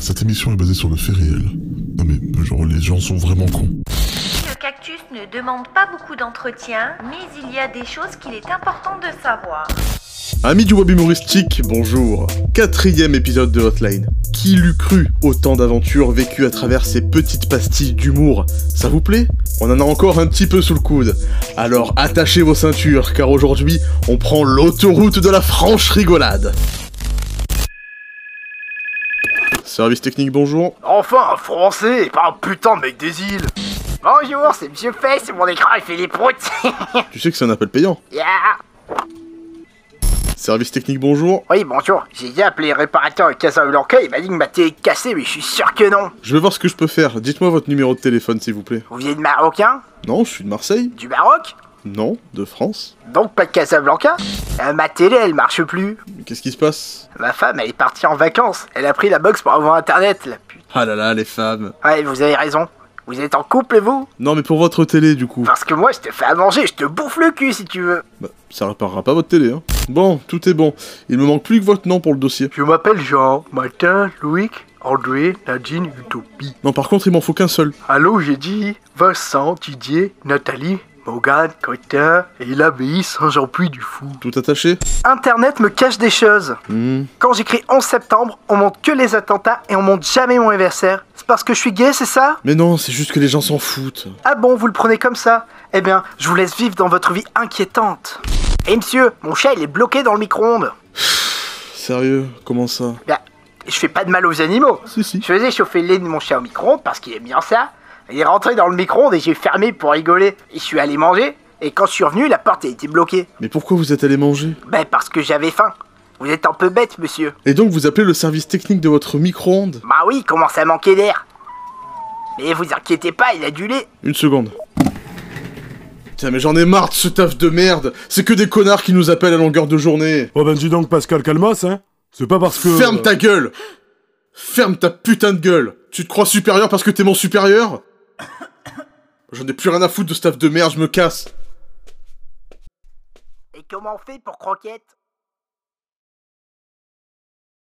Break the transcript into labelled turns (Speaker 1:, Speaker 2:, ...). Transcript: Speaker 1: Cette émission est basée sur le fait réel. Non mais, genre, les gens sont vraiment cons.
Speaker 2: Le cactus ne demande pas beaucoup d'entretien, mais il y a des choses qu'il est important de savoir.
Speaker 3: Amis du web humoristique, bonjour. Quatrième épisode de Hotline. Qui l'eût cru autant d'aventures vécues à travers ces petites pastilles d'humour Ça vous plaît On en a encore un petit peu sous le coude. Alors attachez vos ceintures, car aujourd'hui, on prend l'autoroute de la franche rigolade. Service technique, bonjour.
Speaker 4: Enfin, un français, et pas un putain de mec des îles.
Speaker 5: Bonjour, c'est Monsieur Fess, mon écran il fait des proutes.
Speaker 3: Tu sais que c'est un appel payant.
Speaker 5: Yeah.
Speaker 3: Service technique, bonjour.
Speaker 5: Oui, bonjour, j'ai déjà appelé réparateur Casablanca, il m'a dit que ma télé est cassée, mais je suis sûr que non.
Speaker 3: Je vais voir ce que je peux faire. Dites-moi votre numéro de téléphone, s'il vous plaît.
Speaker 5: Vous êtes marocain
Speaker 3: Non, je suis de Marseille.
Speaker 5: Du Maroc
Speaker 3: Non, de France.
Speaker 5: Donc pas de Casablanca Euh, Ma télé elle marche plus.
Speaker 3: Mais Qu'est-ce qui se passe
Speaker 5: Ma femme elle est partie en vacances, elle a pris la box pour avoir internet, la pute.
Speaker 3: Ah là là, les femmes.
Speaker 5: Ouais, vous avez raison. Vous êtes en couple vous
Speaker 3: Non, mais pour votre télé, du coup.
Speaker 5: Parce que moi je te fais à manger, je te bouffe le cul si tu veux.
Speaker 3: Bah, ça réparera pas votre télé, hein. Bon, tout est bon. Il me manque plus que votre nom pour le dossier.
Speaker 4: Je m'appelle Jean, Martin, Louis, André, Nadine, Utopie.
Speaker 3: Non, par contre, il m'en faut qu'un seul.
Speaker 4: Allô, j'ai dit Vincent, Didier, Nathalie, Morgane, Quentin et l'abbaye Saint-Jean-Puy du Fou.
Speaker 3: Tout attaché
Speaker 5: Internet me cache des choses.
Speaker 3: Hmm.
Speaker 5: Quand j'écris 11 septembre, on monte que les attentats et on monte jamais mon anniversaire. C'est parce que je suis gay, c'est ça
Speaker 3: Mais non, c'est juste que les gens s'en foutent.
Speaker 5: Ah bon, vous le prenez comme ça Eh bien, je vous laisse vivre dans votre vie inquiétante. Et monsieur, mon chat il est bloqué dans le micro-ondes.
Speaker 3: Sérieux Comment ça
Speaker 5: Bah, je fais pas de mal aux animaux.
Speaker 3: Si, si.
Speaker 5: Je faisais chauffer le lait de mon chat au micro-ondes parce qu'il aime bien ça. Il est rentré dans le micro-ondes et j'ai fermé pour rigoler. Et je suis allé manger. Et quand je suis revenu, la porte a été bloquée.
Speaker 3: Mais pourquoi vous êtes allé manger
Speaker 5: Bah, parce que j'avais faim. Vous êtes un peu bête, monsieur.
Speaker 3: Et donc vous appelez le service technique de votre micro-ondes
Speaker 5: Bah oui, il commence à manquer d'air. Mais vous inquiétez pas, il a du lait.
Speaker 3: Une seconde. Putain, mais j'en ai marre de ce taf de merde C'est que des connards qui nous appellent à longueur de journée
Speaker 6: Oh ben dis donc Pascal Calmas, hein C'est pas parce que...
Speaker 3: Ferme ta gueule Ferme ta putain de gueule Tu te crois supérieur parce que t'es mon supérieur J'en ai plus rien à foutre de ce taf de merde, je me casse
Speaker 5: Et comment on fait pour croquette